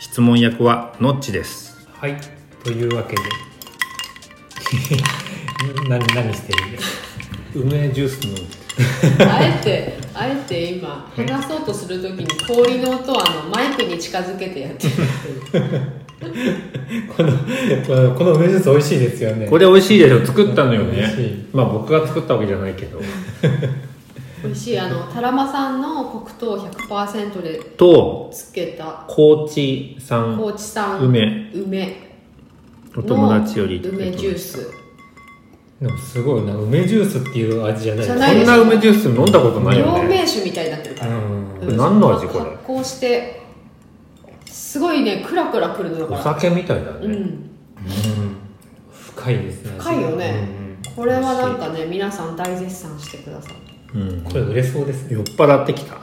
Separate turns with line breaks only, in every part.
質問役はノッチです
はい、というわけで何何してる梅ジュースの
あえてあえて今話そうとするときに氷の音をあのマイクに近づけてやってるっていう
このこのこ の梅ジュース美味しいですよね
これ美味しいでしょ作ったのよ
美
ね
味しい
まあ僕が作ったわけじゃないけど
美味しいあのタラマさんの黒糖100%で
と
つけた
高知産
高知産
梅
梅
お
の
友達よりいただきま
梅
した
ジュース
でもすごいな梅ジュースっていう味じゃない
じゃ
こ
ない
んな梅ジュース飲んだことないよ
両
ね
名酒みたいになってるか
う
ら、
ん
これ何の味これ
発酵してすごいねクラクラくるのだ
お
から
酒みたいだね、
うん
深いですね
深いよね
うん
これはなんかね皆さん大絶賛してください
うん
これ売れそうですね
酔っ払ってきた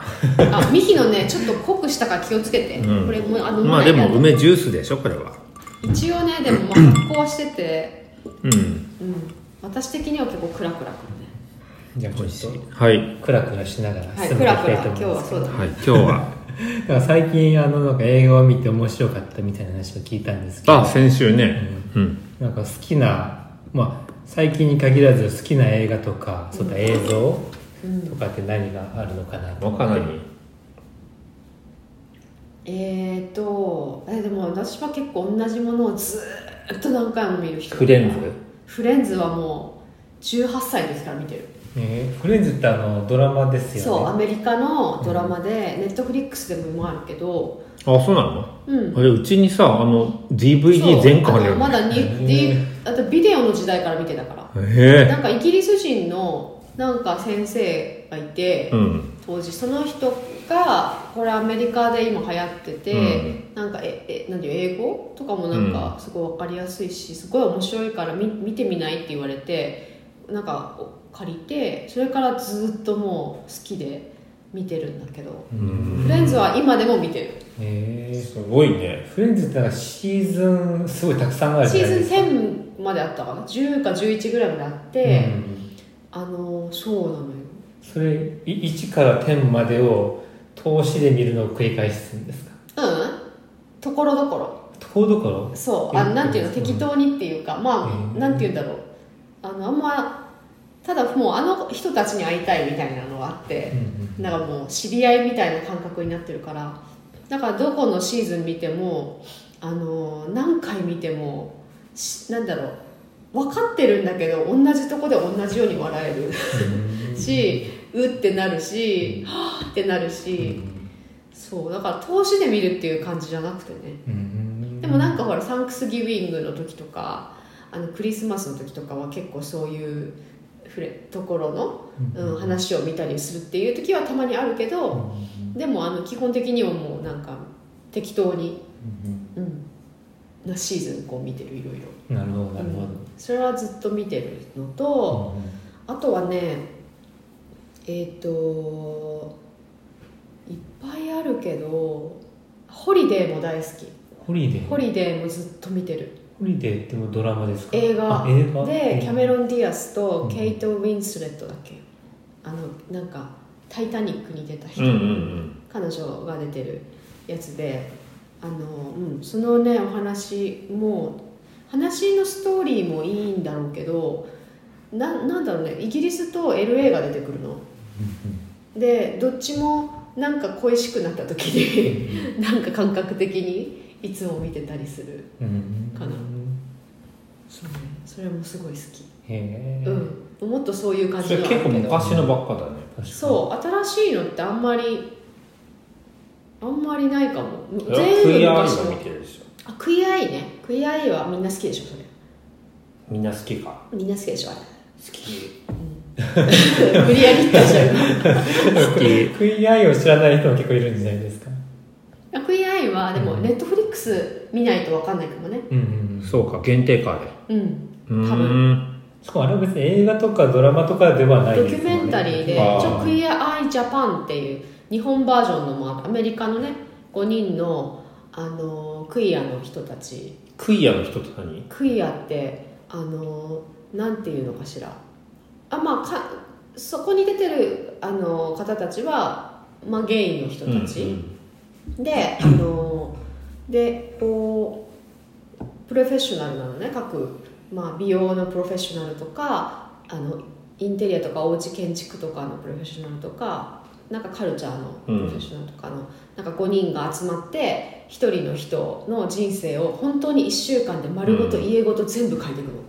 あミヒのねちょっと濃くしたから気をつけて、
うん
これもうあの
まあでも
前
梅ジュースでしょこれは
一応ねでもまあ発酵してて、
うん
うん、私的には結構クラクラくるね
じゃあちょっと
はいはい
クラクラしながら
は
進
いク
めてい
ラ
き
クラ
たいと
今
思いま
日は
す、
そうだね
今日は
だから最近あのなんか映画を見て面白かったみたいな話を聞いたんですけど
あ先週ねうん
なんか好きな、まあ、最近に限らず好きな映画とかそうだ映像とかって何があるのかなと思って、
若菜に
えーとえでも私は結構同じものをずーっと何回も見る人
フレンズ
フレンズはもう18歳の時から見てる、
えーフレンズってあのドラマです
そう
よ
ア
ね
メリカのドラマで、ネットフリックスでも今あるけど
あそうなの
うん
あれうちにさあの
そう
DVD 全巻あるよ
ま
ね
だに、D あとビデオの時代から見てたから
え
なんかイギリス人のなんか先生がい
え
て、
うん
当時その人がこれアメリカで今流行ってて、なんかええなんていう英語とかもなんかすごい分かりやすいし、すごい面白いから見見てみないって言われてなんか借りてそれからずっともう好きで見てるんだけど、
うん
フレンズは今でも見てる、
え
すごいね
ーフレンズってなんかシーズンすごいたくさんある
シ
じゃない
ー
で
ズ
す
ン
か
10まであったかな10か11ぐらいまであって、
うん
あのそうなのよ
それい1から10までを投資で見るのを繰り返すんですか
うんところどころ
ところどころ
そう
え
あなんていうの
うん
適当にっていうかま
う
あ
ん
なんていうんだろうあのあんまただもうあの人たちに会いたいみたいなのがあってなんかもう知り合いみたいな感覚になってるからだからどこのシーズン見てもあの何回見てもしなんだろう分かってるんだけど同じとこで同じように笑えるしうってなるしはぁってなるしそうだから投資で見るっていう感じじゃなくてねでもなん
か
かほらサンクスギビングの時とかあのクリスマスの時とかは結構そういうふれところの、うん、話を見たりするっていう時はたまにあるけどでもあの基本的にはもうなんか適当に、うん、なシーズンこう見てるいろいろ
なるほどなるほ
それはずっと見てるの
ど、
と、あとはねえっ、といっぱいあるけどホリデーも大好き
ホリデー
ホリデーもずっと見てる
ホリデーってもうドラマですか
映画
あ映画
でキャメ
ン
ロン・ディアスと
うん
ケイト・ウィンスレットだっけあのなんか「タイタニック」に出た人、
うんうん
彼女が出てるやつであの、うん、そのねお話も話のストーリーもいいんだろうけどななんだろうねイギリスと LA が出てくるの。でどっちもなんか恋しくなった時になんか感覚的にいつも見てたりする
うん
かなそうねそれもすごい好き。
へえ、
うん、もっとそういう
う
感
ん
じ
それ
のは
結構
ある
昔のばっかだね
確かに
けどそう新しいのってあんまりあんまりないかも
ク
全
イ
部
アアイ
昔
は見
の
てるでしょ
あクイアアイねクイアアイはみんな好きでしょそれ
みんな好きか
みんな好きでしょあ
好き
れ 無理やり言ったじゃん今
クイーンアイを知らない人も結構いるんじゃないですか
クイーンアイはでもネットフリックス見ないと分かんないかもね
うんうん
そうか限定かで
うん
う
多
ー
分
ん
しかもあれは別に映画とかドラマとかではない
ド
です
キ
よね
ュメンタリーで
あー
一応クイア・アイ・ジャパンっていう日本バージョンのもあアメリカのね5人のあのクイアの人たち
クイアの人って何
クイアってあのなんていうのかしらあまあかそこに出てるあの方たちは、まあ、ゲイの人たち、であのでこうプロフェッショナルなのね各、まあ、美容のプロフェッショナルとかあのインテリアとかおうち建築とかのプロフェッショナルとかなんかカルチャーのプロフェッショナルとかの、なんか5人が集まって1人の人の人生を本当に1週間で丸ごと
うん
家ごと全部変えていくの。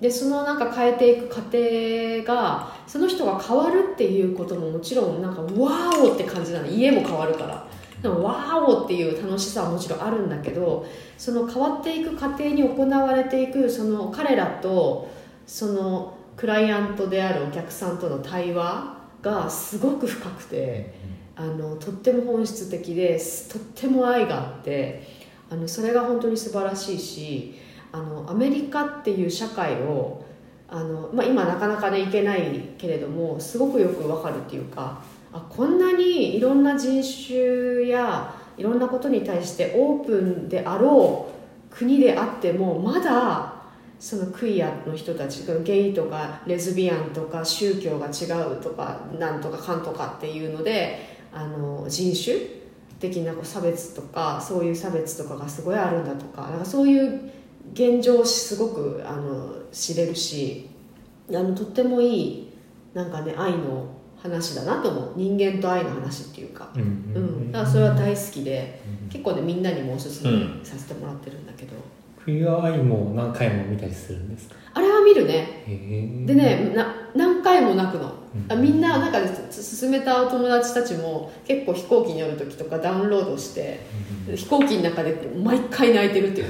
でそのなんか変えていく過程がその人が変わるっていうことももちろんなんかワーオって感じなの家も変わるからでもワーオっていう楽しさはもちろんあるんだけどその変わっていく過程に行われていくその彼らとそのクライアントであるお客さんとの対話がすごく深くてあのとっても本質的ですとっても愛があってあのそれが本当に素晴らしいしあのアメリカっていう社会をあの、まあ、今なかなかね行けないけれどもすごくよくわかるっていうかあこんなにいろんな人種やいろんなことに対してオープンであろう国であってもまだそのクイアの人たちゲイとかレズビアンとか宗教が違うとかなんとかかんとかっていうのであの人種的なこう差別とかそういう差別とかがすごいあるんだとかなんかそういう現状をすごくあの知れるしあのとってもいいなんかね愛の話だなと思う人間と愛の話っていうか、
うん
う、
うんん
だからそれは大好きで
うん
結構ねみんなにもおすすめさせてもらってるんだけど、
クイアアイも何回も見たりするんですか
あれは見るね
で
でねな何回も泣くの
うん
あみんななんかす勧めたお友達たちも結構飛行機に乗る時とかダウンロードして飛行機の中で毎回泣いてるっていう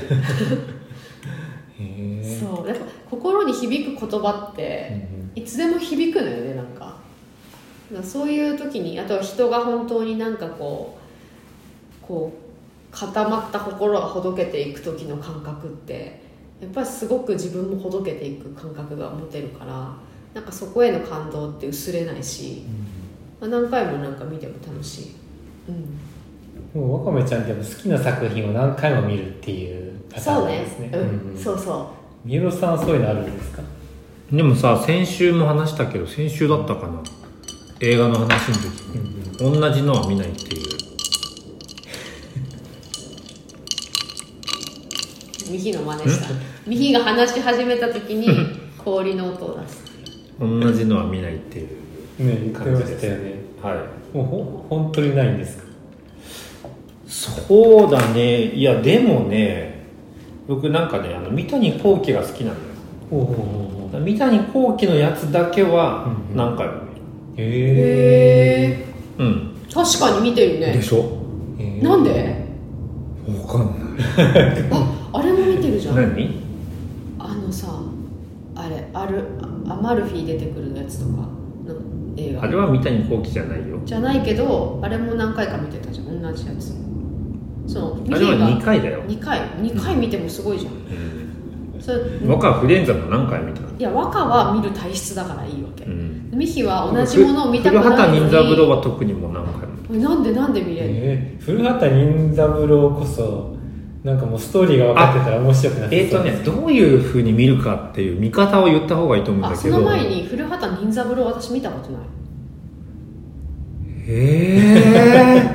そうやっぱ心に響く言葉っていつでも響くのよねなんかだからそういう時にあとは人が本当になんかこうこう固まった心がほどけていく時の感覚ってやっぱりすごく自分もほどけていく感覚が持てるからなんかそこへの感動って薄れないし、まあ、何回もなんか見ても楽しい、うん、
でもわかめちゃんってやっぱ好きな作品を何回も見るっていうパターン
そう
なん
ね
ですね
うん
ん
そうそ
三浦さんはそういうのあるんですか
でもさ先週も話したけど先週だったかな映画の話の時に、同じのは見ないっていう
うミヒの真似したミヒが話し始めた時に氷の音を出す
同じのは見ないっていう
ね言ってましたよね
はい
もうほ本当にないんですか
そうだねいやでもね僕なんかねあの三谷幸喜が好きなんだよ
おお
三谷幸喜のやつだけは
うんうん
何回も見る
へえ
うん、
確かに見てるね
でしょ
なんで
分かんない
ああれも見てるじゃん
何
あのさあれあるあアマルフィ出てくるやつとかの映
あれ
画
は三谷幸喜じゃないよ
じゃないけどあれも何回か見てたじゃん同じやつそう
あれは2
回
回だよ、
2回2回見てもすごいじゃん
うん、
それい
若フレンザも何回見た
や和歌は見る体質だからいいわけ、
うん
ミヒは同じものを見たく
古
ない
畑任
のに
三郎は特にもう何回も
なんでなんで見れる
えー古畑任三郎こそなんかもうストーリーが分かってたら面白くなって
えっ、とねどういうふうに見るかっていう見方を言った方がいいと思うん
あ
だ
そ
けど
の前に古畑任三郎私見たことない
え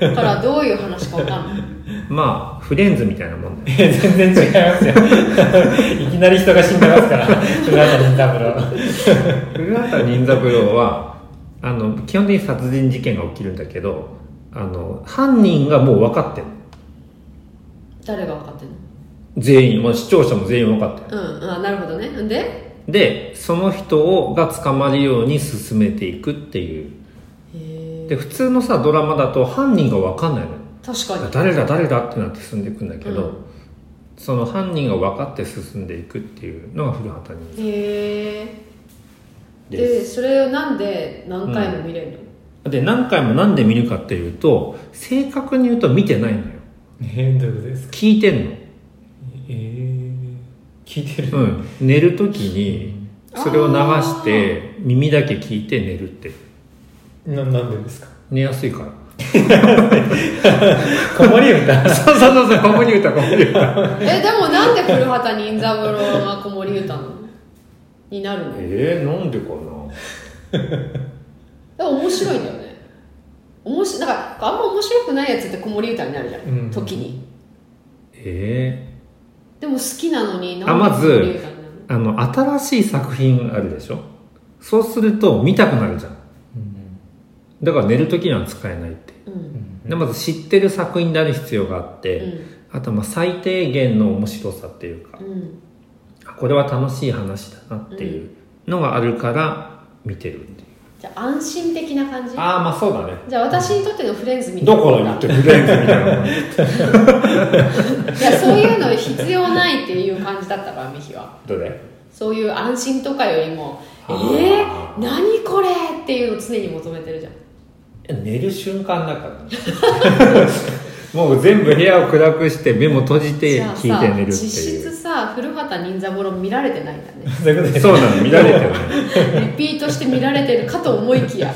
だからどういう話かわかんない
えまあフレンズみたいなもんだよ
えー全然違います よいきなり人が死んでますから古畑任三郎
古畑任三郎はあの基本的に殺人事件が起きるんだけどあの犯人がもう分かってる
誰が分かってんの
全員、まあ、視聴者も全員分かってる
うんあなるほどねんで
でその人をが捕まるように進めていくっていう
へ
で普通のさドラマだと犯人が分かんないのよ
確かに
誰だ誰だってなって進んでいくんだけど、
うん
その犯人が分かって進んでいくっていうのが古畑任
へえ
で
でそれをなんで何回も見れるの、
で何回も何で見るかっていうと正確に言うと見てないのよ
えー、どういうことですか
聞いてんの
えー、聞いてる、
うん、寝る時にそれを流して耳だけ聞いて寝るって
ななんでですか
寝やすいから
子守 歌
そうそうそうそうここに歌ここに 歌
えでもなんで古畑任三郎が子守歌のになるの
えー、なんでかな
でも面白いんだよね面白なんかあんま面白くないやつって子守歌になるじゃん、
うん
時に
え
でも好きなのに
え
な
あま
んで子守
ず
歌になるの
あの新しい作品あるでしょそうすると見たくなるじゃんだから寝る時には使えないって
うん
でまず知ってる作品である必要があって、
う
あとまあ最低限の面白さっていうか
んうん
あこれは楽しい話だなっていうのがあるから見てるっていう
じゃあ安心的な感じ
ああまあそうだね
じゃあ私にとってのフレンズみたい
ど
な
こら言ってフレンズみたいなもん
いやそういうの必要ないっていう感じだったからミヒは
どれ
そういう安心とかよりも
あ
え
ー
ー、何これっていうのを常に求めてるじゃん
寝る瞬間だから もう全部部屋を暗くして目も閉じ
じ
て
ゃあ
聞いて
さ
寝るって
実
い
質
う
さ古畑任三郎見られてないんだね
そういうことです
そうなの見られてない
リピートして見られてるかと思い きや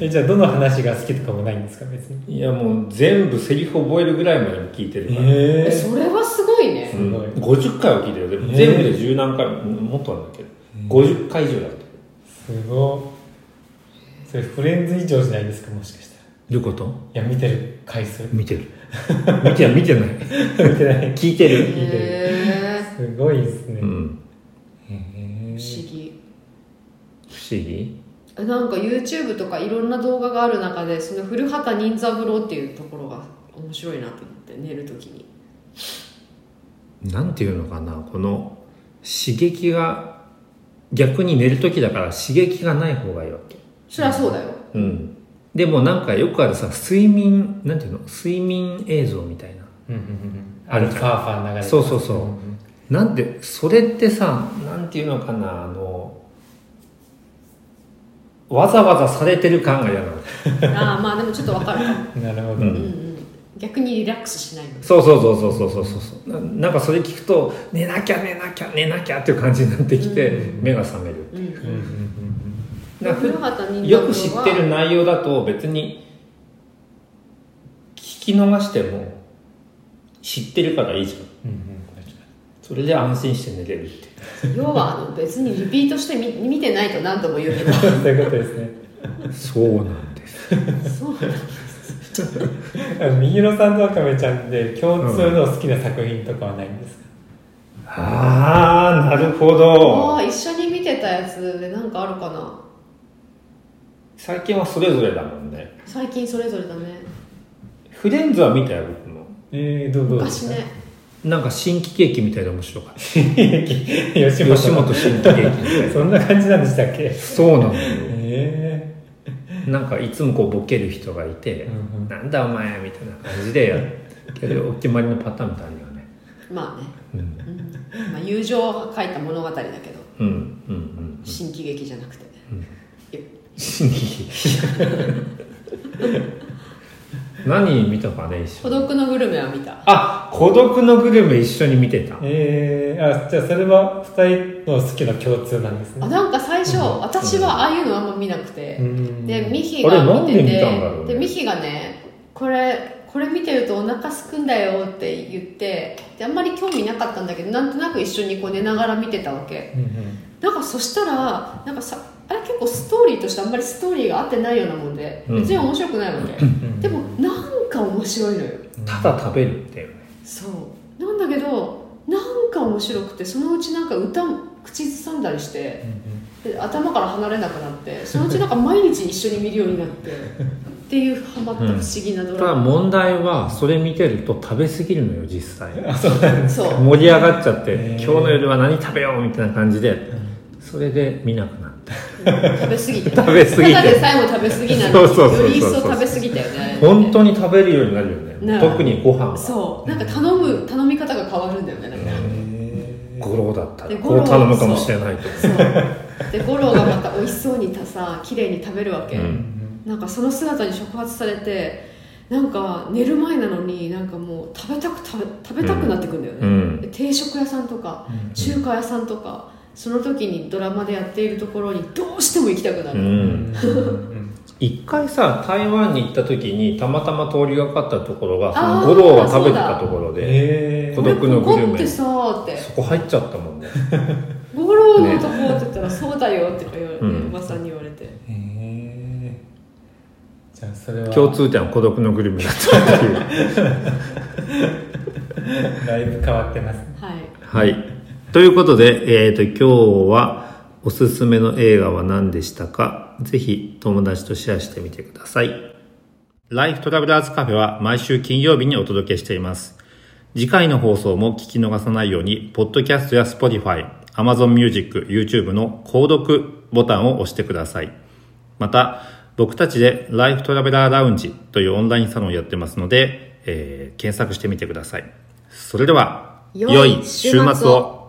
えじゃあどの話が好きとかもないんですか別に
いやもう全部セリフ覚えるぐらいまでも聞いてるから、
えそれはすごいね
うん
す
50回は聞いてるでも
えー
全部で十何回、もっとなんだけど、50回以上だって
すごいそれフレンズ以上じゃないですかもしかしたら
どういうこと
いや見てる回数 見
見てる 見て見てない
てない
聞いてる
へ
すごいですね、
うん
へ
え
ー
不思議
不思議
なんか YouTube とかいろんな動画がある中でその古畑任三郎っていうところが面白いなと思って寝るときに
なんていうのかなこの刺激が逆に寝る時だから刺激がない方がいいわけ
そりゃそうだよ
うんでもなんかよくあるさ睡眠なんていうの睡眠映像みたいな
うんうんうん
あ
あ
る
る
か
ファーファー流れてます
そうそうそうん
ん
なんでそれってさなんていうのかなあのわざわざされてる感が嫌なの
ああまあでもちょっとわかるかも
なるほど、
うん
うんうん逆にリラックスしないの
そうそうそうそうそうそうそうそうななんかそれ聞くと寝なきゃ寝なきゃ寝なきゃっていう感じになってきて、
うん
目が覚める
うんう
うんうんうん
ん
だか
古
ら
畑任三郎は
よく知ってる内容だと別に聞き逃しても知ってるからいいじゃん
うんうん確か
それで安心して寝れるって
要はあの別にリピートしてみ見てないと何度も言うけど
にそういうことですね
そうなんです
そうなんだ
あのみひろさんとわかめちゃんで共通の好きな作品とかはないんですか、
ああなるほ
あ
ど
あ一緒に見てたやつで何かあるかな
最近はそれぞれだもんね
最近それぞれだね
フレンズは見たよ僕も
ええー、どうどうで
昔
すか
ね
なんか新喜劇みたいで面白かった
吉本
吉本新喜劇みたいな
そんな感じなんでしたっけ
そうなのよ
え
なんかいつもこうボケる人がいて「
うんうん
なんだお前」みたいな感じでやるけどお決まりのパターンみたいなのよね
まあね、
うん
うんまあ、友情が書いた物語だけど
うんうんうん
新喜劇じゃなくて、いや
新喜劇何見たかね一
孤
緒に
独のグルメは見た
あ孤独のグルメ一緒に見てた
ー、えー、あじゃあそれは2人の好きな共通なんですね
あなんか最初、私はああいうのあんま見なくて、
うん
でミヒ
あれな
が
ん
見
で
てて
見たんだろうね
でミヒがねこれこれ見てるとお腹すくんだよって言ってであんまり興味なかったんだけどなんとなく一緒にこう寝ながら見てたわけ
うん
なんかそしたらなんかさあれ結構ストーリーとしてあんまりストーリーが合ってないようなもんで
うん
別に面白くないわけ、
うん
でもなんか面白いのよ
ただ食べるっていうね
そうなんだけどなんか面白くてそのうちなんか歌も口ずさんだりして
うん
で頭から離れなくなってそのうちなんか毎日一緒に見るようになって っていうハマった不思議なド
ただ
ラマ、
問題はそれ見てると食べ過ぎるのよ実際
そう
盛り上がっちゃって「
へ
今
ー
日の夜は何食べよう」みたいな感じでそれで見なくなった
食べ過ぎて
食べ過ぎて
ただでさえも食べ過ぎな
そう
の
そう
に
そうそう
より一層食べ過ぎたよね
本当に食べるようになるよね
ね
特にご飯は
そうなんか頼む頼み方が変わるんだよねなんか
え
五郎だったら
で
こう
五郎
頼むかもしれないと
そうで五郎がまた美味しそうにたさ綺麗に食べるわけ、
うん
なんかその姿に触発されてなんか寝る前なのになんかもう食べたく食べ食べたくなってくんだよね、
うん
定食屋さんとか
うん
中華屋さんとかその時にドラマでやっているところにどうしても行きたくな
う
る、
ん一回さ台湾に行った時にたまたま通りがかったところがそ
あー
の五郎が食べてたところで
え
孤独のグルメ
ここってさーって
そこ入っちゃったもんね
「五郎のとこ」って言ったら「そうだよ」ってか言われて、
うん
おばさんに言われて
えじゃあそれは
共通点は孤独のグルメだったっていう
だいぶ変わってますね
はい
はいということで、えー、と今日はおすすめの映画は何でしたかぜひ友達とシェアしてみてくださいライフトラベラーズカフェは毎週金曜日にお届けしています次回の放送も聞き逃さないようにポッドキャストや Spotify、Amazon Music、YouTube の購読ボタンを押してくださいまた僕たちでライフトラベラーラウンジというオンラインサロンをやってますので、えー検索してみてくださいそれでは
良い
良い週末を
週末を